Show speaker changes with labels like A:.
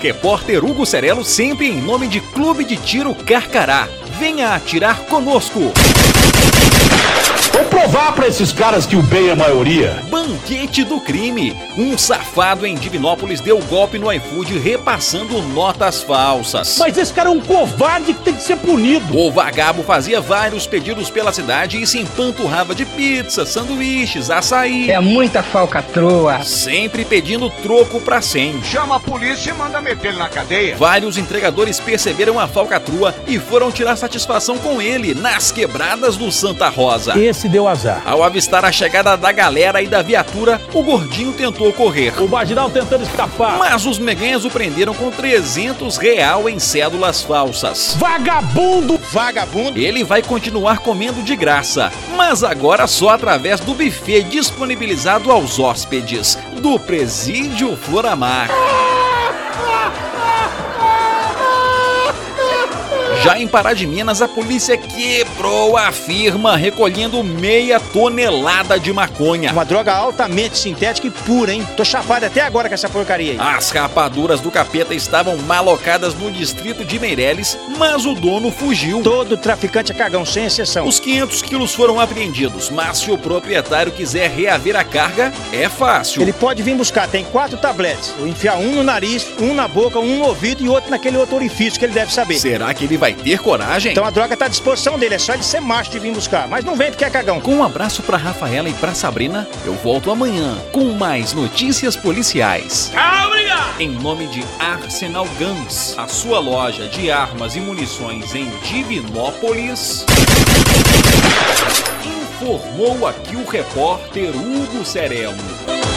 A: Repórter Hugo Cerelo sempre em nome de Clube de Tiro Carcará. Venha atirar conosco.
B: Vou provar pra esses caras que o bem é a maioria.
A: Banquete do crime. Um safado em Divinópolis deu golpe no iFood repassando notas falsas.
C: Mas esse cara é um covarde que tem que ser punido.
A: O vagabundo fazia vários pedidos pela cidade e se empanturrava de pizza, sanduíches, açaí.
D: É muita falcatrua.
A: Sempre pedindo troco pra 100.
E: Chama a polícia e manda meter ele na cadeia.
A: Vários entregadores perceberam a falcatrua e foram tirar satisfação com ele nas quebradas do Santa Rosa.
C: Esse deu azar.
A: Ao avistar a chegada da galera e da viatura, o gordinho tentou correr.
C: O marginal tentando escapar.
A: Mas os meganhas o prenderam com 300 real em cédulas falsas.
C: Vagabundo!
F: Vagabundo!
A: Ele vai continuar comendo de graça, mas agora só através do buffet disponibilizado aos hóspedes do Presídio Floramar. Já em Pará de Minas, a polícia quebrou a firma recolhendo meia tonelada de maconha.
F: Uma droga altamente sintética e pura, hein? Tô chapado até agora com essa porcaria aí.
A: As rapaduras do capeta estavam malocadas no distrito de Meireles, mas o dono fugiu.
F: Todo traficante é cagão, sem exceção.
A: Os 500 quilos foram apreendidos, mas se o proprietário quiser reaver a carga, é fácil.
F: Ele pode vir buscar, tem quatro tabletes. Vou enfiar um no nariz, um na boca, um no ouvido e outro naquele outro orifício que ele deve saber.
A: Será que ele vai ter coragem?
F: Então a droga tá à disposição dele, é só ele ser macho de vir buscar. Mas não vem porque é cagão.
A: Com um abraço pra Rafaela e pra Sabrina, eu volto amanhã com mais notícias policiais.
C: Calma!
A: Em nome de Arsenal Guns, a sua loja de armas e munições em Divinópolis. Informou aqui o repórter Hugo Cerelo.